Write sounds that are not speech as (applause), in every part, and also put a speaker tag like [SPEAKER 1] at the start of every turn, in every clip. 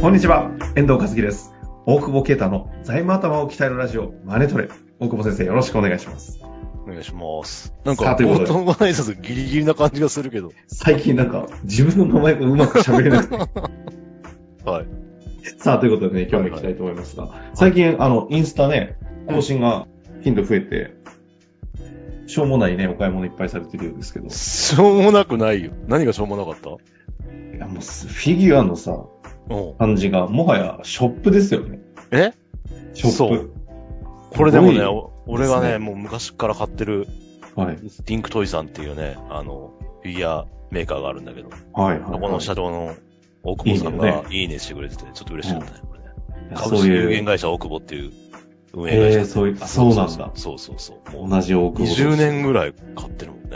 [SPEAKER 1] こんにちは、遠藤和樹です。大久保啓太の財務頭を鍛えるラジオ、マネトレ。大久保先生、よろしくお願いします。
[SPEAKER 2] お願いします。なん
[SPEAKER 1] さあ
[SPEAKER 2] か、
[SPEAKER 1] というこ
[SPEAKER 2] 冒
[SPEAKER 1] とで
[SPEAKER 2] 頭の挨拶ギリギリな感じがするけど。
[SPEAKER 1] 最近なんか、自分の名前がうまく喋れ
[SPEAKER 2] (laughs)
[SPEAKER 1] なくて。
[SPEAKER 2] はい。
[SPEAKER 1] さあ、ということでね、今日も行きたいと思いますが、最近、あの、インスタね、更新が頻度増えて、しょうもないね、お買い物いっぱいされてるようですけど、い
[SPEAKER 2] しょうもなくないよ。何がしょうもなかった
[SPEAKER 1] やもうす、フィギュアのさ、
[SPEAKER 2] うん。
[SPEAKER 1] 感じが、もはや、ショップですよね。
[SPEAKER 2] え
[SPEAKER 1] ショップ。
[SPEAKER 2] そうこれでも
[SPEAKER 1] す
[SPEAKER 2] ね、
[SPEAKER 1] ごい
[SPEAKER 2] お俺が
[SPEAKER 1] ですね
[SPEAKER 2] ね、もう昔から買ってる、
[SPEAKER 1] はい。
[SPEAKER 2] ディンクトイさんっていうね、あの、フィギュアメーカーがあるんだけど、
[SPEAKER 1] はい、はい。
[SPEAKER 2] そこの社長の大久保さん
[SPEAKER 1] いいよ
[SPEAKER 2] がいいねしてくれてて、ちょっと嬉しかったね、これね。
[SPEAKER 1] そ
[SPEAKER 2] 株
[SPEAKER 1] う
[SPEAKER 2] 式有
[SPEAKER 1] い
[SPEAKER 2] 限
[SPEAKER 1] う、
[SPEAKER 2] 会社大久保っていう運営会
[SPEAKER 1] え
[SPEAKER 2] 社。
[SPEAKER 1] ー、そういう、あそうなんだ。
[SPEAKER 2] そうそうそう。もう
[SPEAKER 1] 同じ大久保です。
[SPEAKER 2] 20年ぐらい買ってるもんね。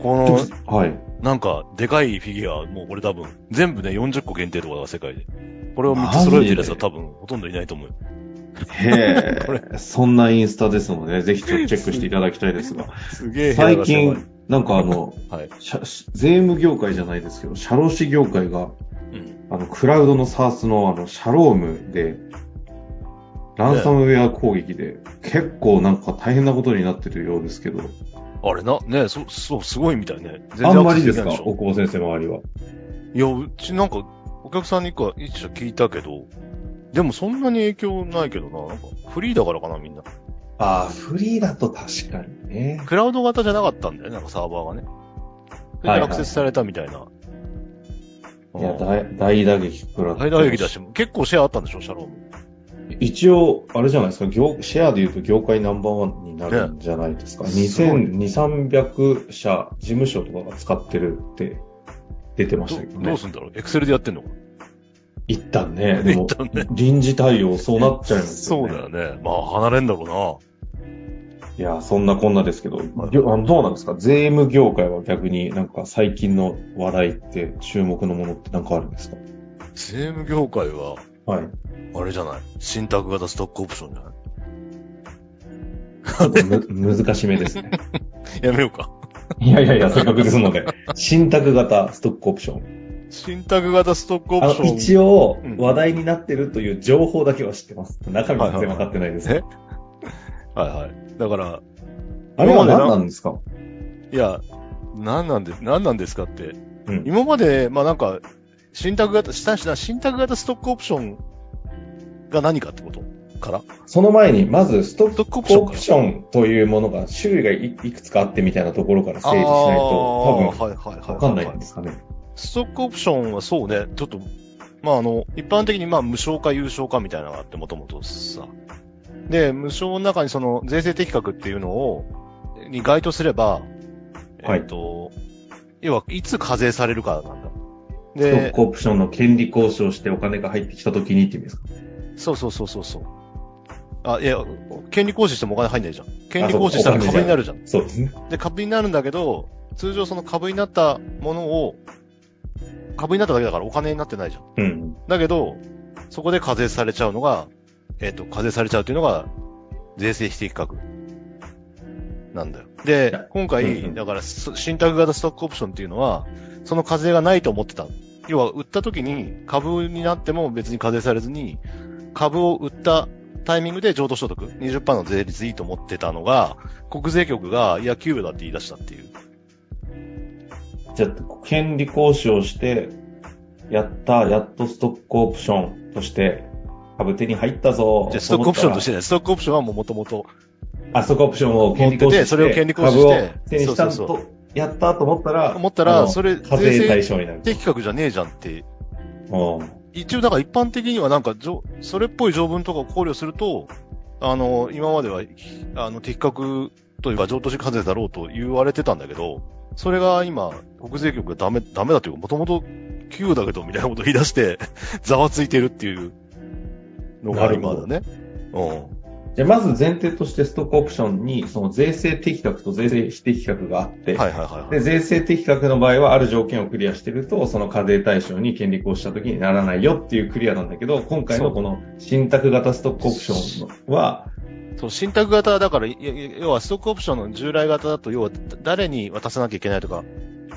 [SPEAKER 2] こ
[SPEAKER 1] でも
[SPEAKER 2] の、
[SPEAKER 1] はい。
[SPEAKER 2] なんか、でかいフィギュア、もうこれ多分、全部ね、40個限定とかだ、世界で。これを3つ揃えてるやつは
[SPEAKER 1] マジ
[SPEAKER 2] 多分、ほとんどいないと思うよ。
[SPEAKER 1] (laughs) へ
[SPEAKER 2] こ
[SPEAKER 1] え。そんなインスタですので、ぜひちょっとチェックしていただきたいですが。
[SPEAKER 2] すげ
[SPEAKER 1] 最近、、なんかあの、
[SPEAKER 2] はい。
[SPEAKER 1] 社税務業界じゃないですけど、社労士業界が、
[SPEAKER 2] うん。
[SPEAKER 1] あの、クラウドの SARS のあの、シャロームで、ランサムウェア攻撃で、結構なんか大変なことになってるようですけど、
[SPEAKER 2] あれな、ね、そ、そう、すごいみたいね。全
[SPEAKER 1] あんま
[SPEAKER 2] ア
[SPEAKER 1] り
[SPEAKER 2] クセ
[SPEAKER 1] で
[SPEAKER 2] ス
[SPEAKER 1] す
[SPEAKER 2] き
[SPEAKER 1] か
[SPEAKER 2] ない
[SPEAKER 1] 大久保先生周りは。
[SPEAKER 2] いや、うちなんか、お客さんに一個一社聞いたけど、でもそんなに影響ないけどな、なんか、フリーだからかな、みんな。
[SPEAKER 1] ああ、フリーだと確かにね。
[SPEAKER 2] クラウド型じゃなかったんだよね、なんかサーバーがね。それ
[SPEAKER 1] はい
[SPEAKER 2] で
[SPEAKER 1] はい
[SPEAKER 2] アクセスされたみたいな。
[SPEAKER 1] いや、大、大打撃食らってま
[SPEAKER 2] 大
[SPEAKER 1] す。
[SPEAKER 2] 打撃だし、結構シェアあったんでしょ、シャローム。
[SPEAKER 1] 一応、あれじゃないですか、業シェアで言うと業界ナンバーワンになるんじゃないですか。
[SPEAKER 2] ね
[SPEAKER 1] 2200、300社、事務所とかが使ってるって出てましたけど
[SPEAKER 2] どど
[SPEAKER 1] ね
[SPEAKER 2] う。すんだろうエクセルでやってんのか
[SPEAKER 1] 一旦ね、 (laughs) でも
[SPEAKER 2] 一旦ね、
[SPEAKER 1] 臨時対応そうなっちゃいます
[SPEAKER 2] そ
[SPEAKER 1] よ
[SPEAKER 2] う
[SPEAKER 1] ね。
[SPEAKER 2] だよね。まあ、離れんだろ
[SPEAKER 1] いや、そんなこんなですけど、ぎょあのどうなんですか税務業界は逆になんか最近の話題って注目のものってなんかあるんですか
[SPEAKER 2] うな。税務業界は、
[SPEAKER 1] はい。
[SPEAKER 2] あれじゃない信託型ストックオプションじゃない
[SPEAKER 1] ちょっと (laughs) む難しめですね。
[SPEAKER 2] やめようか。
[SPEAKER 1] いやいやいや、せっかくですの (laughs) で。信託型ストックオプション。
[SPEAKER 2] 信託型ストックオ
[SPEAKER 1] あ
[SPEAKER 2] プショ
[SPEAKER 1] の
[SPEAKER 2] ン。
[SPEAKER 1] 一応
[SPEAKER 2] うん、
[SPEAKER 1] 話題になってるという情報だけは知ってます。中身は全然分かってないです。
[SPEAKER 2] えはいはい。だから、
[SPEAKER 1] あれは何なんですか
[SPEAKER 2] いや、何なんで、何なんですかって。
[SPEAKER 1] うん
[SPEAKER 2] 今まで、まあなんか、信託型、したしな、信託型ストックオプションが何かってことから
[SPEAKER 1] その前に、まず、スト
[SPEAKER 2] ス
[SPEAKER 1] ッ
[SPEAKER 2] トックオプシ
[SPEAKER 1] ク
[SPEAKER 2] ョン
[SPEAKER 1] オ
[SPEAKER 2] か
[SPEAKER 1] プションというものが、種類がいいくつかあってみたいなところから整理しないと、
[SPEAKER 2] あーはいはいはい
[SPEAKER 1] 多
[SPEAKER 2] は
[SPEAKER 1] 分、
[SPEAKER 2] い。
[SPEAKER 1] わかんないんですかね。
[SPEAKER 2] ストックオプションはそうね、ちょっと、まああの、一般的にまあ無償か有償かみたいなのがあってもともとさ。で、無償の中にその税制的確っていうのを、に該当すれば、
[SPEAKER 1] は
[SPEAKER 2] え
[SPEAKER 1] い
[SPEAKER 2] っ、と、要はいつ課税されるかなんだ。
[SPEAKER 1] ストッ
[SPEAKER 2] で、
[SPEAKER 1] クオプションの権利交渉してお金が入ってきた時にって意味ですか
[SPEAKER 2] そうそうそうそうそう。あ、いや、権利行使してもお金入んないじゃん。権利行使したら
[SPEAKER 1] あそう
[SPEAKER 2] 株になるじゃん。
[SPEAKER 1] そうですね。
[SPEAKER 2] で、株になるんだけど、通常その株になったものを、株になっただけだからお金になってないじゃん。
[SPEAKER 1] うん。
[SPEAKER 2] だけど、そこで課税されちゃうのが、えっ、と、課税されちゃうというのが、税制非適格なんだよ。
[SPEAKER 1] いや
[SPEAKER 2] で、今回、
[SPEAKER 1] うんうん
[SPEAKER 2] だから、そ信託型ストックオプションっていうのは、その課税がないと思ってた。要は、売った時に株になっても別に課税されずに、株を売ったタイミングで譲渡所得、20%の税率いいと思ってたのが、国税局が、いや、給与だって言い出したっていう。
[SPEAKER 1] じゃあ、権利交渉して、やった、やっとストックオプションとして、株手に入ったぞ。
[SPEAKER 2] じゃあストックオプションとしててね、ストックオプションはもう元々、
[SPEAKER 1] あ、そこオプションを権利行使して、
[SPEAKER 2] 持っててそれを権利行使し
[SPEAKER 1] 株
[SPEAKER 2] て
[SPEAKER 1] を手にした
[SPEAKER 2] そう
[SPEAKER 1] と、やったと思ったら、
[SPEAKER 2] 思ったら
[SPEAKER 1] あの
[SPEAKER 2] それ
[SPEAKER 1] 課税対象になる。
[SPEAKER 2] 非適格じゃねえじゃんって
[SPEAKER 1] うん
[SPEAKER 2] 一応、だから一般的にはなんかじょ、それっぽい条文とかを考慮すると、あの、今までは、あの、的確というか、譲渡し課税だろうと言われてたんだけど、それが今、国税局がダメ、ダメだというか、もともと給与だけど、みたいなことを言い出して、 (laughs) ざわついてるっていうのが今だね。うん。
[SPEAKER 1] じゃあ、まず前提としてストックオプションに、その税制適格と税制非適格があって、
[SPEAKER 2] はいはいはい、はい。
[SPEAKER 1] で、税制適格の場合は、ある条件をクリアしてると、その課税対象に権利行使した時にならないよっていうクリアなんだけど、今回のこの信託型ストックオプションは、
[SPEAKER 2] そう、信託型だから、いい要はストックオプションの従来型だと、要は誰に渡さなきゃいけないとか、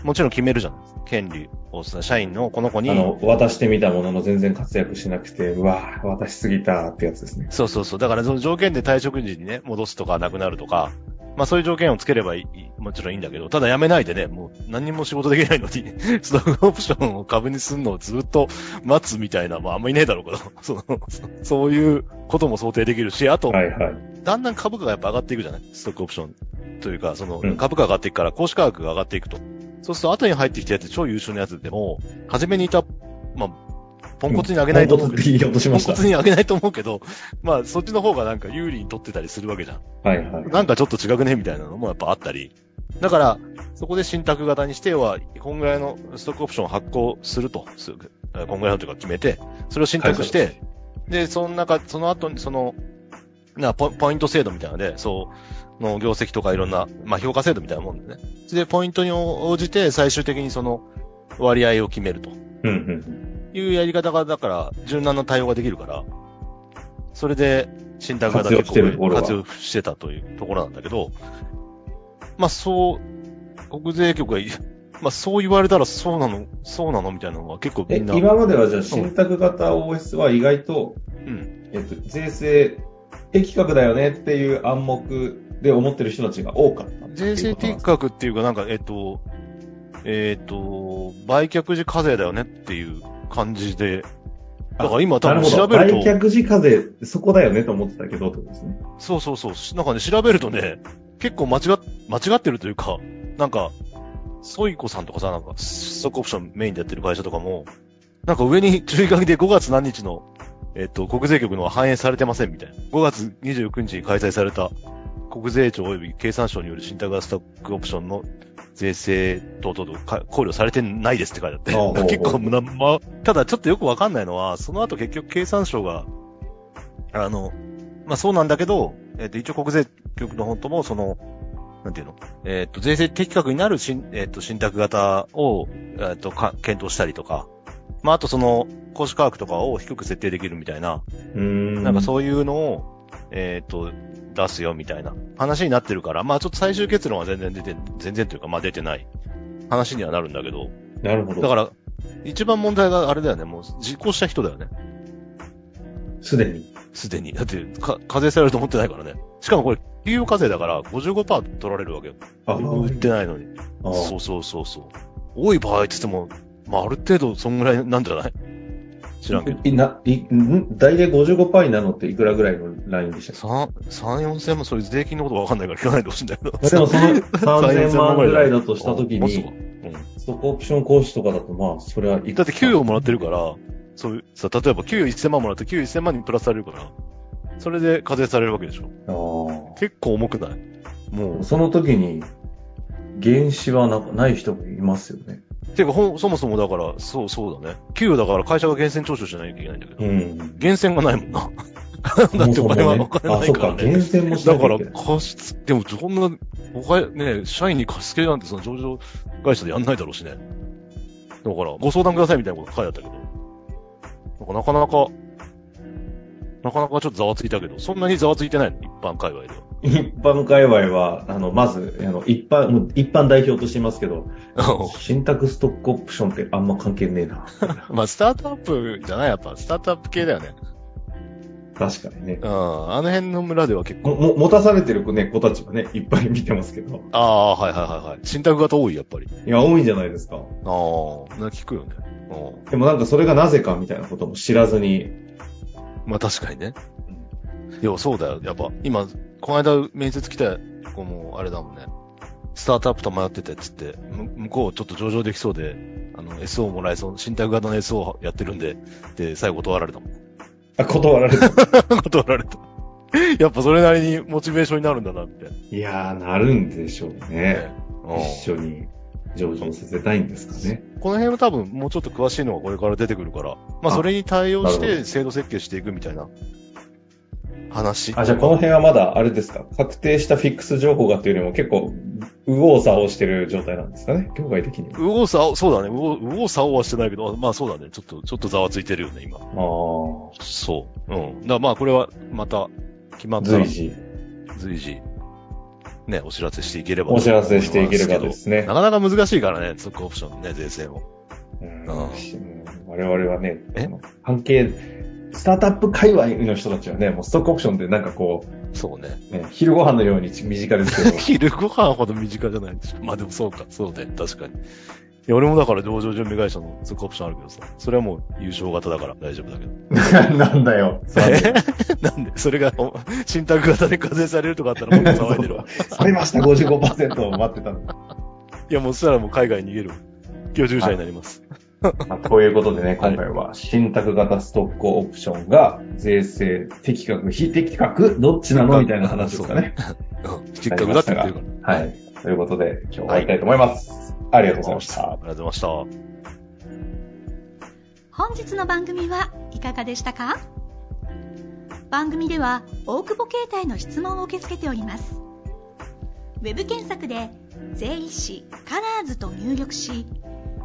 [SPEAKER 2] もちろん決めるじゃないですか。権利をさ、社員のこの子に
[SPEAKER 1] あ、の、渡してみたものの全然活躍しなくて、うわぁ、渡しすぎたってやつですね。
[SPEAKER 2] そうそうそう。だからその条件で退職時にね、戻すとかなくなるとか、まあそういう条件をつければいい、もちろんいいんだけど、ただ辞めないでね、もう何にも仕事できないのに、 (laughs) スタッフオプションを株にするのをずっと待つみたいな、まああんまいないだろうけど、 (laughs) その、そそういうことも想定できるし、あと、
[SPEAKER 1] はいはい。
[SPEAKER 2] だんだん株価がやっぱ上がっていくじゃないストックオプションというか、その
[SPEAKER 1] うん
[SPEAKER 2] 株価が上がっていくから、公式価格が上がっていくと。そうすると後に入ってきたやつ、超優秀なやつでも、初めにいた、まあ、ポンコツに上げないと思うけ
[SPEAKER 1] ポンコ
[SPEAKER 2] ど
[SPEAKER 1] ツって言おうとしました
[SPEAKER 2] ポンコツに上げないと思うけど、まあ、そっちの方がなんか有利に取ってたりするわけじゃん。
[SPEAKER 1] はいはい。
[SPEAKER 2] なんかちょっと違くねみたいなのもやっぱあったり。だから、そこで信託型にしては、こんぐらいのストックオプションを発行すると、すぐえこんぐらいのというか決めて、それを信託して、で、その中、その後に、その、なポ、ポイント制度みたいなので、そう、の業績とかいろんな、まあ評価制度みたいなもんでね。それで、ポイントに応じて最終的にその割合を決めると。
[SPEAKER 1] うんうん。
[SPEAKER 2] いうやり方が、だから、柔軟な対応ができるから、それで、信託型
[SPEAKER 1] 活用してるところは
[SPEAKER 2] 活用してたというところなんだけど、まあそう、国税局がい、まあそう言われたらそうなの、そうなのみたいなのは結構み
[SPEAKER 1] え、
[SPEAKER 2] んな、
[SPEAKER 1] 今まではじゃあ、信託型 OS は意外と、
[SPEAKER 2] うん、
[SPEAKER 1] えっと、税制、適格だよねっていう暗黙で思ってる人たちが多かった。
[SPEAKER 2] 税制的確っていうかなんか、えっと、えっと、売却時課税だよねっていう感じで、だから今多
[SPEAKER 1] なる
[SPEAKER 2] 分
[SPEAKER 1] ほ
[SPEAKER 2] 調
[SPEAKER 1] ど。
[SPEAKER 2] べると、
[SPEAKER 1] 売却時課税、そこだよねと思ってたけど、ってことですね。
[SPEAKER 2] そうそうそう。しなんかね、調べるとね、結構間違っ、間違ってるというか、なんか、ソイコさんとかさ、なんか、ストックオプションメインでやってる会社とかも、なんか上に注意書きで5月何日の、えっと、国税局のは反映されてませんみたいな。5月29日に開催された国税庁及び経産省による信託型ストックオプションの税制等々とか考慮されてないですって書いてあ
[SPEAKER 1] あ
[SPEAKER 2] っ
[SPEAKER 1] あ
[SPEAKER 2] て、結
[SPEAKER 1] ほ
[SPEAKER 2] 構
[SPEAKER 1] うほ
[SPEAKER 2] な、まあ、ただちょっとよくわかんないのは、その後結局経産省が、あの、まあそうなんだけど、えっ、と、一応国税局の方とも、その、なんていうのえっ、と、税制適格になる信、えっ、と、信託型を、えっ、と、か、検討したりとか、まああとその、公式価格とかを低く設定できるみたいな、
[SPEAKER 1] うーん。
[SPEAKER 2] なんかそういうのを、えっ、と、出すよみたいな話になってるから、まあちょっと最終結論は全然出て、全然というか、まあ出てない話にはなるんだけど、
[SPEAKER 1] なるほど。
[SPEAKER 2] だから、一番問題があれだよね、もう実行した人だよね、
[SPEAKER 1] すでに。
[SPEAKER 2] すでに。だって、か、課税されると思ってないからね。しかもこれ、給与課税だから55%取られるわけよ。
[SPEAKER 1] あ
[SPEAKER 2] 売ってないのに。
[SPEAKER 1] あ
[SPEAKER 2] そうそうそうそう。多い場合って言っても、まあある程度そんぐらいなんじゃない知らんけど。
[SPEAKER 1] いな、い、ん大体55%になるのっていくらぐらいのラインで
[SPEAKER 2] (laughs)
[SPEAKER 1] したっけ
[SPEAKER 2] 三、三、四千万、それ税金のことわかんないから聞かないでほしいんだけど。 (laughs)
[SPEAKER 1] まあ (laughs) でもその3000万ぐらいだとしたとき
[SPEAKER 2] もっと
[SPEAKER 1] に
[SPEAKER 2] か、うん
[SPEAKER 1] ストックオプション講師とかだとまあ、それはいく
[SPEAKER 2] だって給与もらってるから、そういう、さ、例えば給与1000万もらって給与1000万にプラスされるから、それで課税されるわけでしょ。
[SPEAKER 1] あー
[SPEAKER 2] 結構重くないもう、
[SPEAKER 1] その時に、原資はなない人もいますよね。
[SPEAKER 2] ていうかほん、そもそもだから、そうそうだね。給与だから会社が源泉徴収しないといけないんだけど、
[SPEAKER 1] ん。
[SPEAKER 2] 源泉がない
[SPEAKER 1] (laughs)
[SPEAKER 2] もんな。 (laughs) だってお金はお金
[SPEAKER 1] あ、
[SPEAKER 2] な
[SPEAKER 1] そ
[SPEAKER 2] いうか
[SPEAKER 1] か、
[SPEAKER 2] らね
[SPEAKER 1] 源。泉もしな
[SPEAKER 2] だ
[SPEAKER 1] きゃ
[SPEAKER 2] か
[SPEAKER 1] いけ
[SPEAKER 2] ら、
[SPEAKER 1] ない。
[SPEAKER 2] 貸し、でも、そんな、おかね、社員に貸し付けなんて、その上場会社でやんないだろうしね。だから、ご相談くださいみたいなこと書いてあったけど。なんか、なかなか、なかなかちょっとざわついたけど、そんなにざわついてないの、一般界隈で
[SPEAKER 1] 一般界隈は、あの、まず、あの、一般、もう一般代表としていますけど、
[SPEAKER 2] は。
[SPEAKER 1] 信託ストックオプションってあんま関係ねえな。
[SPEAKER 2] (laughs) まあ、スタートアップじゃない、やっぱ、スタートアップ系だよね。
[SPEAKER 1] 確かにね
[SPEAKER 2] う。ん、あの辺の村では結
[SPEAKER 1] も、
[SPEAKER 2] 構、
[SPEAKER 1] も持たされてる子ね、子たちはね、いっぱい見てますけど。
[SPEAKER 2] ああ、はいはいはいはい。信託型多い、やっぱり。あ
[SPEAKER 1] いや、多いんじゃないですか。
[SPEAKER 2] あ、な聞くよね。う
[SPEAKER 1] でもなんかそれがなぜかみたいなことも知らずに、
[SPEAKER 2] ん。まあ、確かにね。いや、そうだよ。やっぱ、今、この間面接来た子も、あれだもんね。スタートアップと迷ってて、つって、む向こうちょっと上場できそうで、あの、SO もらえそう、信託型の SO やってるんで、で、最後断られたもん。 (laughs)
[SPEAKER 1] あ、断られた。
[SPEAKER 2] 断られた。やっぱそれなりにモチベーションになるんだな、みた
[SPEAKER 1] い
[SPEAKER 2] い
[SPEAKER 1] やー、なるんでしょう
[SPEAKER 2] な
[SPEAKER 1] ね。。
[SPEAKER 2] うん
[SPEAKER 1] 一緒に上場させたいんですかね。
[SPEAKER 2] この辺は多分もうちょっと詳しいのがこれから出てくるから、まあそれに対応し
[SPEAKER 1] なるほ
[SPEAKER 2] て制度設計していくみたいな話。
[SPEAKER 1] あ、じゃあこの辺はまだあれですか確定したフィックス情報がっていうよりも結構、右往左往してる状態なんですかね業界的には。
[SPEAKER 2] 右往左往、そうだね。右往右往左往はしてないけど、まあそうだね。ちょっと、ちょっとざわついてるよね、今。
[SPEAKER 1] あ
[SPEAKER 2] そう。うん。だからまあこれはまた決ま
[SPEAKER 1] あ、
[SPEAKER 2] ったら
[SPEAKER 1] 随時。
[SPEAKER 2] 随時、ね、お知らせしていければ。
[SPEAKER 1] お知らせしていければですすね
[SPEAKER 2] な。かなか難しいからね、ツッコオプションね、税制も。
[SPEAKER 1] うん
[SPEAKER 2] あ
[SPEAKER 1] 我々はね
[SPEAKER 2] え、
[SPEAKER 1] 関係、スタートアップ界隈の人たちはね、もうストックオプションでなんかこ
[SPEAKER 2] そうね。、
[SPEAKER 1] う、ね、昼ご飯のように身近ですけど
[SPEAKER 2] 昼ご飯ほど身近じゃないでしょ。まあでもそうか、そうね、確かに。いや、俺もだから上場準備会社のツッコオプションあるけどさ、それはもう優勝型だから大丈夫だけ
[SPEAKER 1] (laughs)
[SPEAKER 2] ど。
[SPEAKER 1] なんだよ。
[SPEAKER 2] えなんで、それが、お (laughs) 信託型で課税されるとかあったらもう騒いでるわ。
[SPEAKER 1] されました、55%を待ってたの。
[SPEAKER 2] いや、もうそしたらもう海外に逃げるわ。居住者になります。
[SPEAKER 1] まあということでね、
[SPEAKER 2] はい
[SPEAKER 1] 今回は、信託型ストックオプションが、税制、適格、非適格、どっちなのみたいな話ですかね。
[SPEAKER 2] うん。失格だって言ってるから。
[SPEAKER 1] はい。ということで、今日終わりたいと思います。ありがとうございました。
[SPEAKER 2] ありがとうございました。
[SPEAKER 3] 本日の番組はいかがでしたか番組では大久保携帯の質問を受け付けておりますウェブ検索で「税理士カラーズと入力し